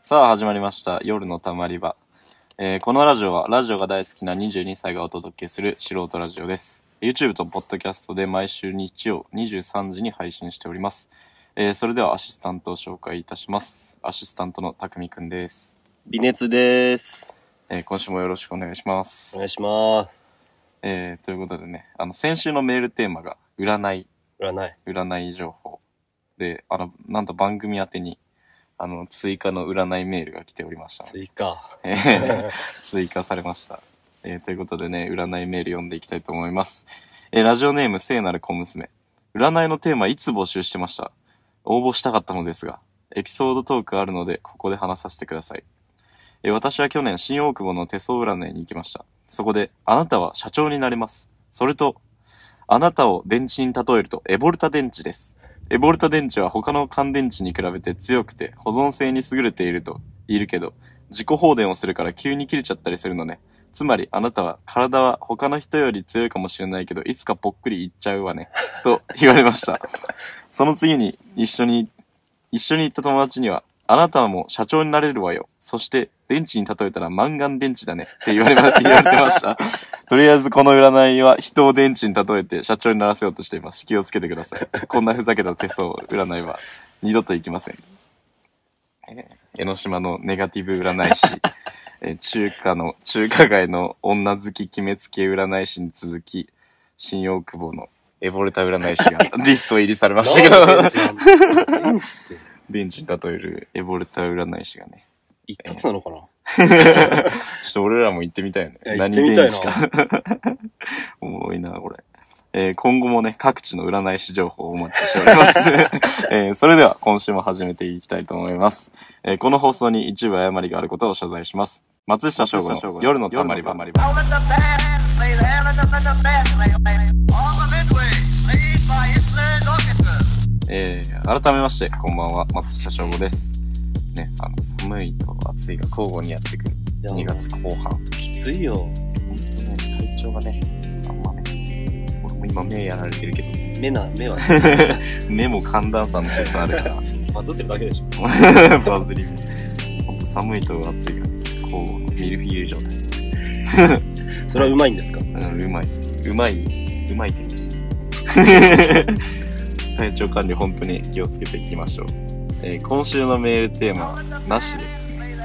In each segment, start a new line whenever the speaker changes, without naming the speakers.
さあ始まりました夜のたまり場、えーこのラジオはラジオが大好きな22歳がお届けする素人ラジオです YouTube とポッドキャストで毎週日曜23時に配信しております、えーそれではアシスタントを紹介いたしますアシスタントのたくみくんです、
微熱です。
えー今週もよろしくお願いします
お、願いします。
えーということでねあの先週のメールテーマが占い
占い。
占い情報であのなんと番組宛てにあの追加の占いメールが来ておりましたので
追 加。
えー追加されました、えーということでね占いメール読んでいきたいと思います、えーラジオネーム聖なる小娘占いのテーマいつ募集してました応募したかったのですがエピソードトークあるのでここで話させてください、えー私は去年新大久保の手相占いに行きましたそこであなたは社長になれますそれとあなたを電池に例えるとエボルタ電池ですエボルタ電池は他の乾電池に比べて強くて保存性に優れているといるけど自己放電をするから急に切れちゃったりするのね。つまり、あなたは、体は他の人より強いかもしれないけど、いつかぽっくりいっちゃうわね。と言われました。その次に、一緒に、一緒に行った友達には、あなたも社長になれるわよ。そして、電池に例えたらマンガン電池だね。って言われま、言われてました。 とりあえずこの占いは人を電池に例えて社長にならせようとしています。気をつけてください。こんなふざけた手相占いは二度といきません。えー江ノ島のネガティブ占い師、えー中華の、中華街の女好き決めつけ占い師に続き、新大久保のエボルタ占い師がリスト入りされましたけ
なん
ど、
で電池なんだ電池って、
電池に例えるエボルタ占い師がね、
一択なのかな、
ちょっと俺らも行ってみたいよね。
いや
何
行ってみた
電
い
池
な
か。 おもろいな、これ。えー今後もね、各地の占い師情報をお待ちしております。 えーそれでは今週も始めていきたいと思います。えーこの放送に一部誤りがあることを謝罪します。松下翔吾の夜のたまり場。
All in the band, play the hell in the, in the band, play, play. All the midway, played by Island Orchestra.
えー改めまして、こんばんは、松下翔吾です。ね、あの、寒いと暑いが交互にやってくる
いや
2月後半。
きついよ。
本当ね、体調がね、あんまね、俺も今目やられてるけど、
目な、目は、
目も寒暖差の説あるか
バズってるだけでしょ。
ら、バズり。ほんと寒いと暑いが、こう、ミルフィーユ状態。
それはうまいんですか
うん、うまい。うまい、うまい天気。体調管理、本当に気をつけていきましょう。えー今週のメールテーマは、なしですね。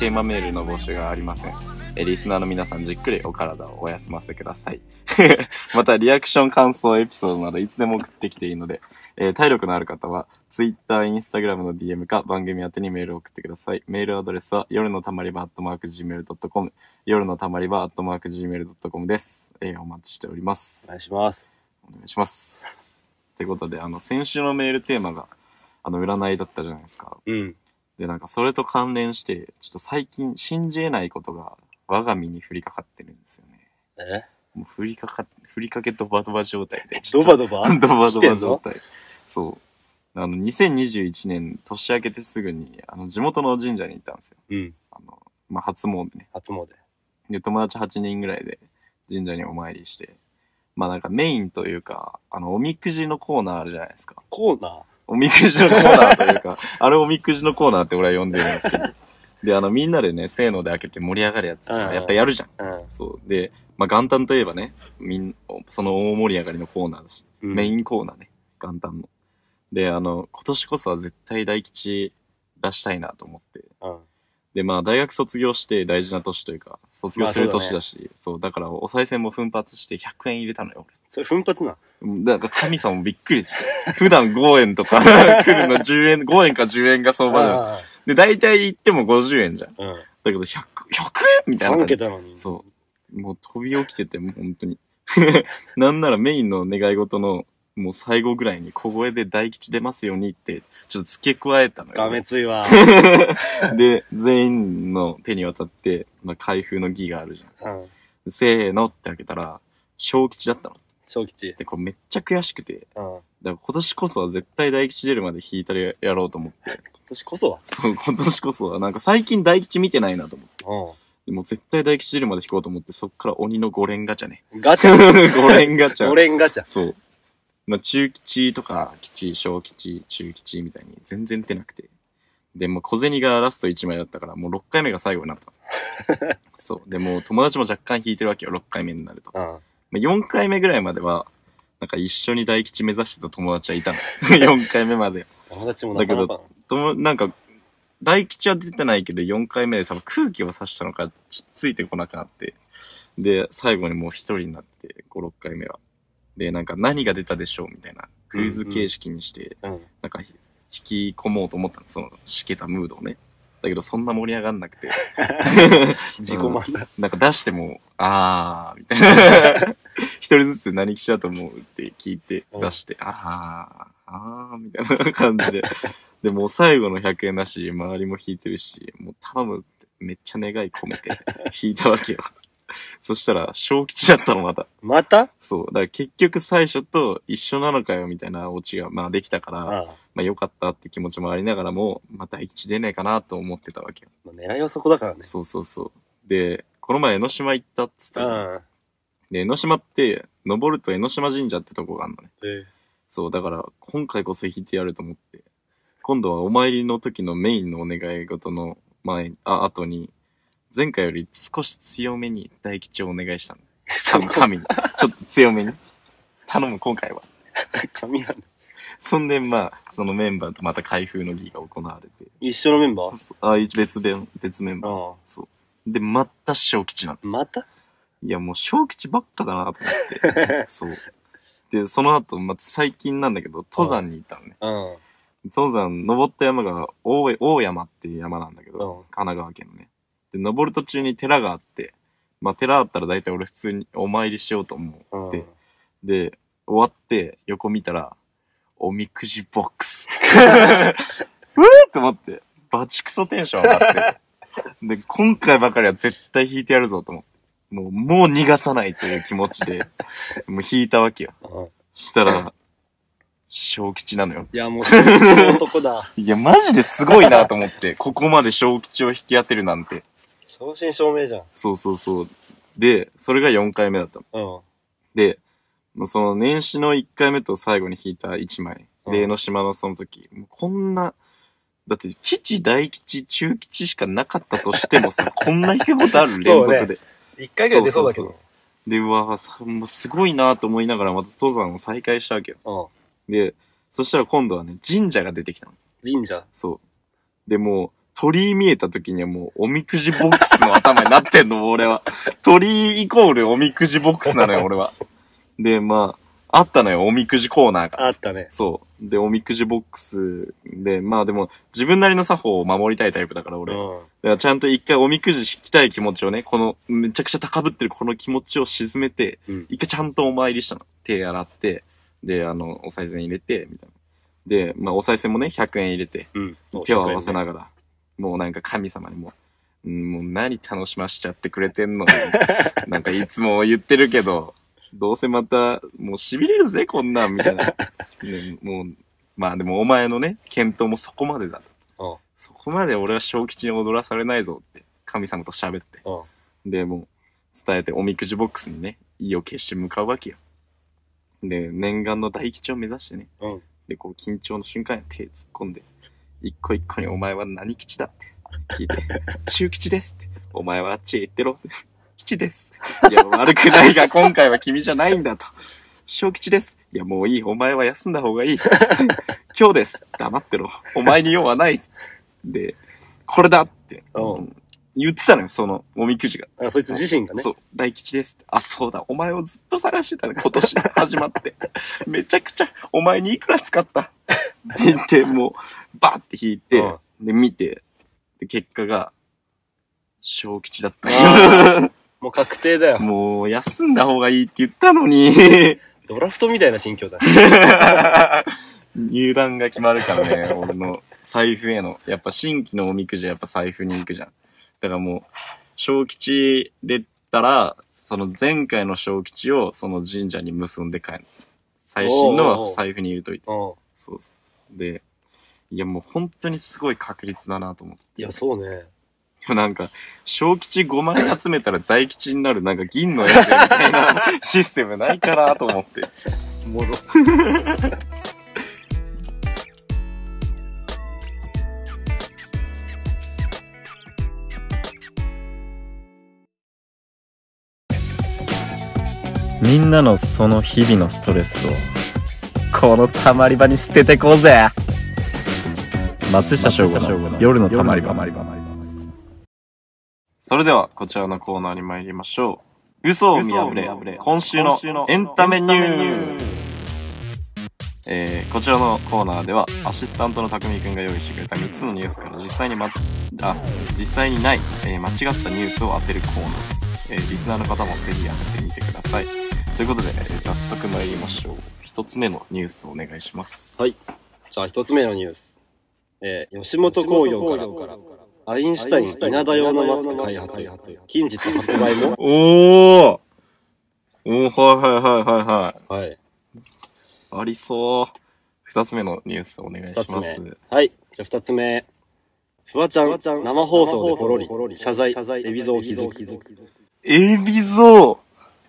テーマメールの募集がありません。えーリスナーの皆さんじっくりお体をお休ませください。 またリアクション感想エピソードなどいつでも送ってきていいので、えー体力のある方は Twitter、Instagram の DM か番組宛てにメールを送ってください。メールアドレスは夜のたまり場 .gmail.com 夜のたまり場 .gmail.com です。えーお待ちしております
お。願いします。
お願いします。ということで、あの、先週のメールテーマが、あの、占いだったじゃないですか。
うん。
で、なんかそれと関連して、ちょっと最近信じえないことが我が身に降りかかってるんですよね。
え
もう降りかかっ、降りかけドバドバ状態で。
ドバ
ド
ドバ
ドバド
来て
バ
んの
状態。そう。あの、2021年年明けてすぐに、あの、地元の神社に行ったんですよ。
うん。
あの、まあ、初詣ね。
初詣。
で、友達8人ぐらいで神社にお参りして、まあなんかメインというか、あの、おみくじのコーナーあるじゃないですか。
コーナ
おみくじのコーナーというか、あれおみくじのコーナーって俺は呼んでるんですけど。で、あの、みんなでね、せーので開けて盛り上がるやつさ、
うん
やっぱやるじゃん。
ー。
そう。で、まあ、元旦といえばね、みん、その大盛り上がりのコーナーだし、
うん。
メイ
ン。
ンコーナーね、元旦の。で、あの、今年こそは絶対大吉出したいなと思って。
うん。
で、まあ、大学卒業して大事な年というか、卒業する年だし、そうだからお賽銭も奮発して100円入れたのよ、俺。
それ奮発な。
だから神様もびっくりして。普段5円とか 来るの10円、5円か10円が相場だ。
あ
で、大体行っても50円じゃん。だ
ーうん。
けど100、100円みたいな
3
感じ。
桁なのに。
そう。もう飛び起きてて、もう本当に。 なんならメインの願い事の、もう最後ぐらいに小声で大吉出ますようにって、ちょっと付け加えたのよ。
がめついわ。
で、全員の手に渡って、まあ、開封の儀があるじゃん。
うん。
せーのって開けたら、小吉だったの。
小吉。
で、これめっちゃ悔しくて、
うん。今
だから今年こそは絶対大吉出るまで引いたりやろうと思って。
年こそは。
そう、今年こそは。なんか最近大吉見てないなと思って。
う
でもう絶対大吉出るまで引こうと思って、そっから鬼の5連ガチャ ね。
ん。ガチャ。
5連ガチャ。
5連ガチャ。
そう。まあ、中吉とか、吉、小吉、中吉みたいに全然出なくて。で、もう小銭がラスト1枚だったから、もう6回目が最後になった。そう。で、もう友達も若干引いてるわけよ、6回目になると。
うん。
まあ、4回目ぐらいまでは、なんか一緒に大吉目指してた友達はいたの。4回目まで。
友達もなかなか
とも、なんか、大吉は出てないけど、4回目で多分空気を刺したのか、ちついてこなくなって。で、最後にもう一人になって、5、6回目は。で、なんか何が出たでしょうみたいな、クイズ形式にして、
な。うん。
なんかひ引き込もうと思ったの、その、しけたムードをね。だけど、そんな盛り上がんなくて。
自己満だ。
なんか出しても、あー、みたい な。一人ずつ何記者だと思うって聞いて、
うん
出して、あー、あー、みたいな感じで。で、もう最後の100円だし、周りも引いてるし、もう頼むってめっちゃ願い込めて引いたわけよ。そしたら、小吉だったのまた。
また
そう。だから結局最初と一緒なのかよ、みたいなオチが、まあできたから、
ああ。
まあ良かったって気持ちもありながらも、また一出ねえかなと思ってたわけよ。
まあ狙いはそこだからね。
そうそうそう。で、この前江ノ島行ったっつった
う
の
ん。
で、江ノ島って、登ると江ノ島神社ってとこがあるのね。
え
そう、だから、今回こそ引いてやると思って、今度はお参りの時のメインのお願い事の前に、あ、後に、前回より少し強めに大吉をお願いしたの。
え。
多
そ
分
こ、
神に。ちょっと強めに。頼む、今回は。
紙なんだ。
そんで、まあ、そのメンバーとまた開封の儀が行われて、
一緒のメンバー
あ、一別で、別メンバー。
ああ。
で、また小吉なの。
また
いや、もう小吉ばっかだなと思って。 そう。で、その後、まあ、最近なんだけど、登山に行ったのね。
うん。
登山、登った山が大江、大山っていう山なんだけど、
うん
神奈川県のね。で、登る途中に寺があって、まあ、寺あったら大体俺普通にお参りしようと思
う。
うんって。で、終わって、横見たら、おみくじボックス。うえーと思って、バチクソテンション上がって。で、今回ばかりは絶対引いてやるぞと思って。もう、もう逃がさないという気持ちで、もう引いたわけよ。
うん。
したら、小吉なのよ。
いや、もう、正直な男だ。
いや、マジですごいなと思って、ここまで小吉を引き当てるなんて。
正真正銘じゃん。
そうそうそう。で、それが4回目だったの。
うん。
で、もうその年始の1回目と最後に引いた1枚。
うん
で、江ノ島のその時、もうこんな、だって、吉、大吉、中吉しかなかったとしても さ、こんな引くことある連続
そう
で。
一回ぐらい出そうだけ
そう
ど。
で、うわさもうすごいなと思いながらまた登山を再開したわけよ。
う
で、そしたら今度はね、神社が出てきたの。
ん。神社。
そう。で、もう、鳥居見えた時にはもう、おみくじボックスの頭になってんの、 俺は。鳥居イコールおみくじボックスなのよ、俺は。で、まあ、あったのよ、おみくじコーナーが。
あったね。
そう。で、おみくじボックスで、まあでも、自分なりの作法を守りたいタイプだから、
う
俺。だか
ん。
らちゃんと一回おみくじ引きたい気持ちをね、この、めちゃくちゃ高ぶってるこの気持ちを沈めて、
うん
一回ちゃんとお参りしたの。手洗って、で、あの、お賽銭入れて、みたいな。で、まあ、お賽銭もね、100円入れて、
うん。
手を合わせながら、もうなんか神様にも、うんもう何楽しましちゃってくれてんの なんかいつも言ってるけど、どうせまた、もう痺れるぜ、こんなん、みたいな。ねもう、まあでもお前のね、検討もそこまでだ
うん
と。そこまで俺は小吉に踊らされないぞって、神様と喋って。
うん。
で、もう、伝えておみくじボックスにね、意を決して向かうわけよ。で、念願の大吉を目指してね。
うん
で、こう、緊張の瞬間に手突っ込んで、一個一個にお前は何吉だって聞い て、中吉ですって。お前はあっちへ行ってろって。 吉です。いや、悪くない が、今回は君じゃないんだと。小吉です。いや、もういい。お前は休んだ方 がいい。今日です。黙ってろ。お前に用はない。で、これだって。
うん
言ってたのよ、その、おみくじが。
あそいつ自身がね
そ。う、大吉ですって。あ、そうだ、お前をずっと探してたね、今 年始まって。めちゃくちゃ、お前にいくら使った って言って、もう、バーって引いて、で、見て、で、結果が、小吉だった。
あもう確定だよ。
もう、休んだ方がいいって言ったのに、
ドラフトみたいな心境だね。
入団が決まるからね、 俺の財布への。やっぱ新規のおみくじはやっぱ財布に行くじゃん。だからもう、小吉出たら、その前回の小吉をその神社に結んで帰る。最新のは財布に入れといて。
うん。
そうそうそう。で、いやもう本当にすごい確率だなと思って。
いや、そうね。
でもなんか、小吉5枚集めたら大吉になるなんか銀のやつみたいなシステムないかなと思って。
もろ。
みんなのその日々のストレスをこのたまり場に捨ててこうぜ松下翔吾の夜のたまり場
それでは、こちらのコーナーに参りましょう。嘘を見破れ、今週のエンタメニュース。えー、こちらのコーナーでは、アシスタントの匠くんが用意してくれた3つのニュースから実際にま、あ、実際にない、えー間違ったニュースを当てるコーナーです。えー、リスナーの方もぜひやってみてください。ということで、えー早速参りましょう。1つ目のニュースお願いします。。
はい。じゃあ一つ目のニュース。えー吉本興業から、アインシュタイン稲田用のマスク開発。近日発売も
おーおー、はいはいはいはいはい。
はい。
ありそう。二つ目のニュースお願い
二
し
つ
ま
目
す。。
はい。じゃあ二つ目。フワちゃん、生放送でポロリ、謝罪、エビゾを気づく。
エビゾ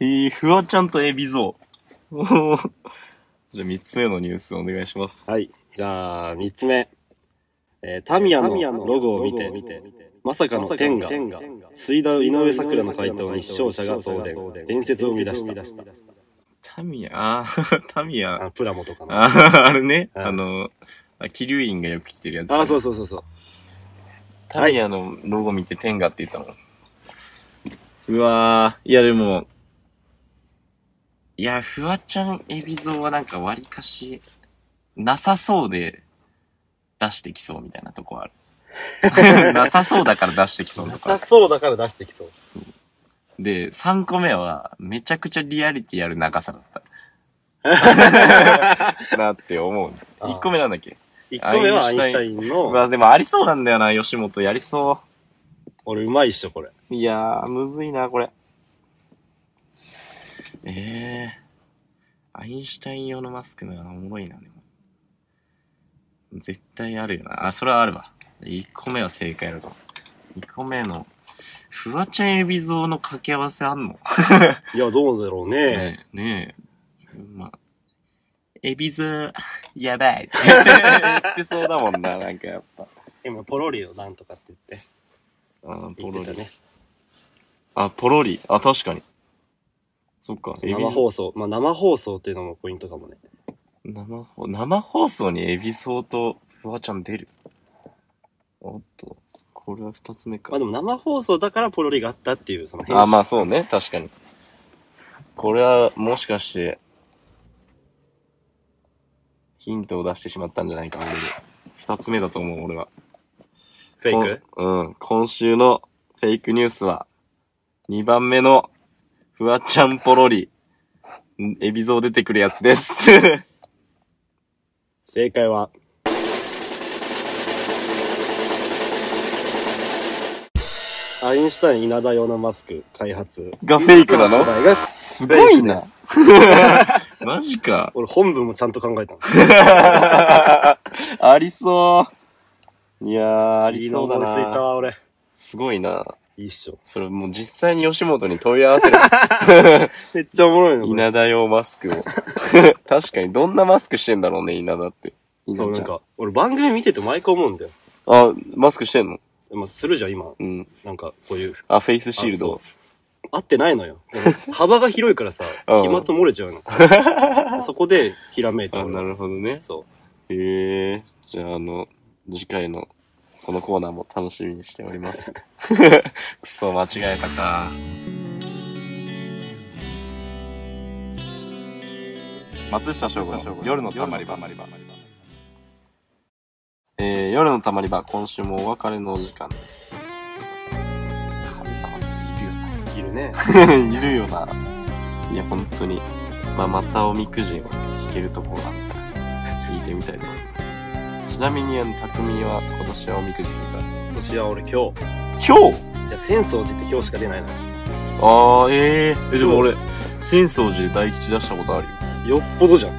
ウえー、フワちゃんとエビゾウおー じゃあ三つ目のニュースお願いします。
はい。じゃあ、三つ目。えータミヤのロゴを見て、まさかの天が、水田井上桜の回答に視聴者が騒然、伝説を生み出した。
タミヤ、あータミヤ、
あプラモとかな。
あーあれね、
うん
あの、あキリュウインがよく着てるやつ、。
あ、そううそうそうそう。
タミヤのロゴ見て天下って言ったの。うわー、いやでも、いや、フワちゃん、エビゾウはなんか割かし、なさそうで、出してきそうみたいなとこある。 なさそうだから出してきそうなと
な
こあ
さ
る。
そうだから出してきそう。
で、3個目は、めちゃくちゃリアリティある長さだった。なって思う。
あー
1個目なんだっけ
一個目は
ア
ア
イ
イ
ン
ン
シ
シ
ュ
ュ
タ
タ
イ
イン
うわ、
の、
でもありそうなんだよな、吉本やりそ
俺うまいっしょ、これ。
う。いやー、むずいな、これ。えー、アインシュタイン用のマスクならおもろいな、でも。絶対あるよな。あ、それはあるわ。1個目は正解だと思う。2個目の、フワちゃんエビゾウの掛け合わせあんの
いや、どうだろうね。
ねえ。ねえ。まあ、エビゾやばい。言ってそうだもんな、なんかやっぱ。
今、ポロリをなんとかって言って。
あポ
言
ロ
ってた
リ。
ね。
あ、ポロリ。あ、確かに。そっか、エビ
生放送。まあ、生放送っていうのもポイントかもね。
生放生放送にエビゾウとフワちゃん出る。おっと、これは二つ目か
まあ、。でも生放送だからポロリがあったっていう、その編集。
あ、まあそうね、確かに。これは、もしかして、ヒントを出してしまったんじゃないか、俺に。二つ目だと思う、俺は。
フェイク
こんうん。今週のフェイクニュースは、2番目の、フワちゃんポロリ、んエビゾウ出てくるやつです。
正解は、アインシュタイン稲田用のマスク開発。
がフェイクなの
発売がす
すごいな。。 マジか。
俺本文もちゃんと考えたの。
ありそう。いやー、あ
い
り
いの
そうだ
思いついた
な。
わ、俺。
すごいな。
いいっしょ。
それもう実際に吉本に問い合わ せる。
めっちゃおもろいの、これ。
稲田用マスクを。 確かに、どんなマスクしてんだろうね、稲田って。稲
そう、
ち
な
ゃ
んか、俺番組見てて毎回思うんだよ。
あ、マスクしてんの
まあ、するじゃん、今。
うん。
なんか、こういう。
あ、フェイスシールド
あ。そう合ってないのよ。でも幅が広いからさ、
うん
飛沫漏れちゃう の。そこで、ひらめいた
あ、
俺
な
は
るほどね。
そ
へえ。じゃあ、あの、次回の、このコーナーも楽しみにしており ます。くそ、間違えたか。松下翔吾の夜のたまり場。えー、夜のたまり場、今週もお別れのお時間です。神様っているよな。
う。いるね。
いるよな。いや、本当に。まあ、またおみくじを引けるところあったら、引いてみたいと思います。ちなみに、あの、匠は今年はおみくじ引いた。
今年は俺今日。
今日
いや、浅草寺って今日しか出ないのよ。
ああ、えええ、でも俺、浅草寺で大吉出したことあるよ。
よっぽどじゃん。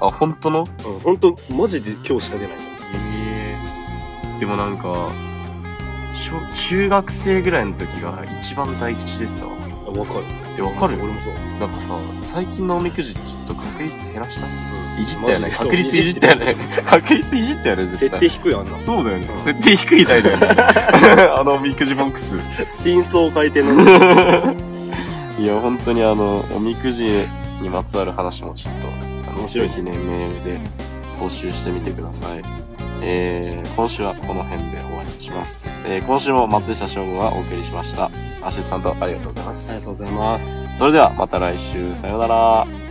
あ、本当の
うん、ほんと、マジで今日しか出ない。
ええでもなんか、小中学生ぐらいの時が一番大吉出てたわ。
あわかる。
え、わかる
俺もそう。
なんかさ、最近のおみくじちょっと確率減らした
うん
いじったよ
マ
ね。
ジでそう
確率いじったよね。確率いじったよね、絶
設
対
定。低いよ あんな。
そうだよね
う。ん
設定低い 台だよね。あの、おみくじボックス。
真相回転の。
いや、本当にあの、おみくじにまつわる話もちょっと、あの
面白い
ぜひね、メールで募集してみてください。えー、今週はこの辺で終わりにします。えー、今週も松下翔吾がお送りしました。アシスタントありがとうございま
ありが
す。
とうございます。
それではまた来週、さようなら。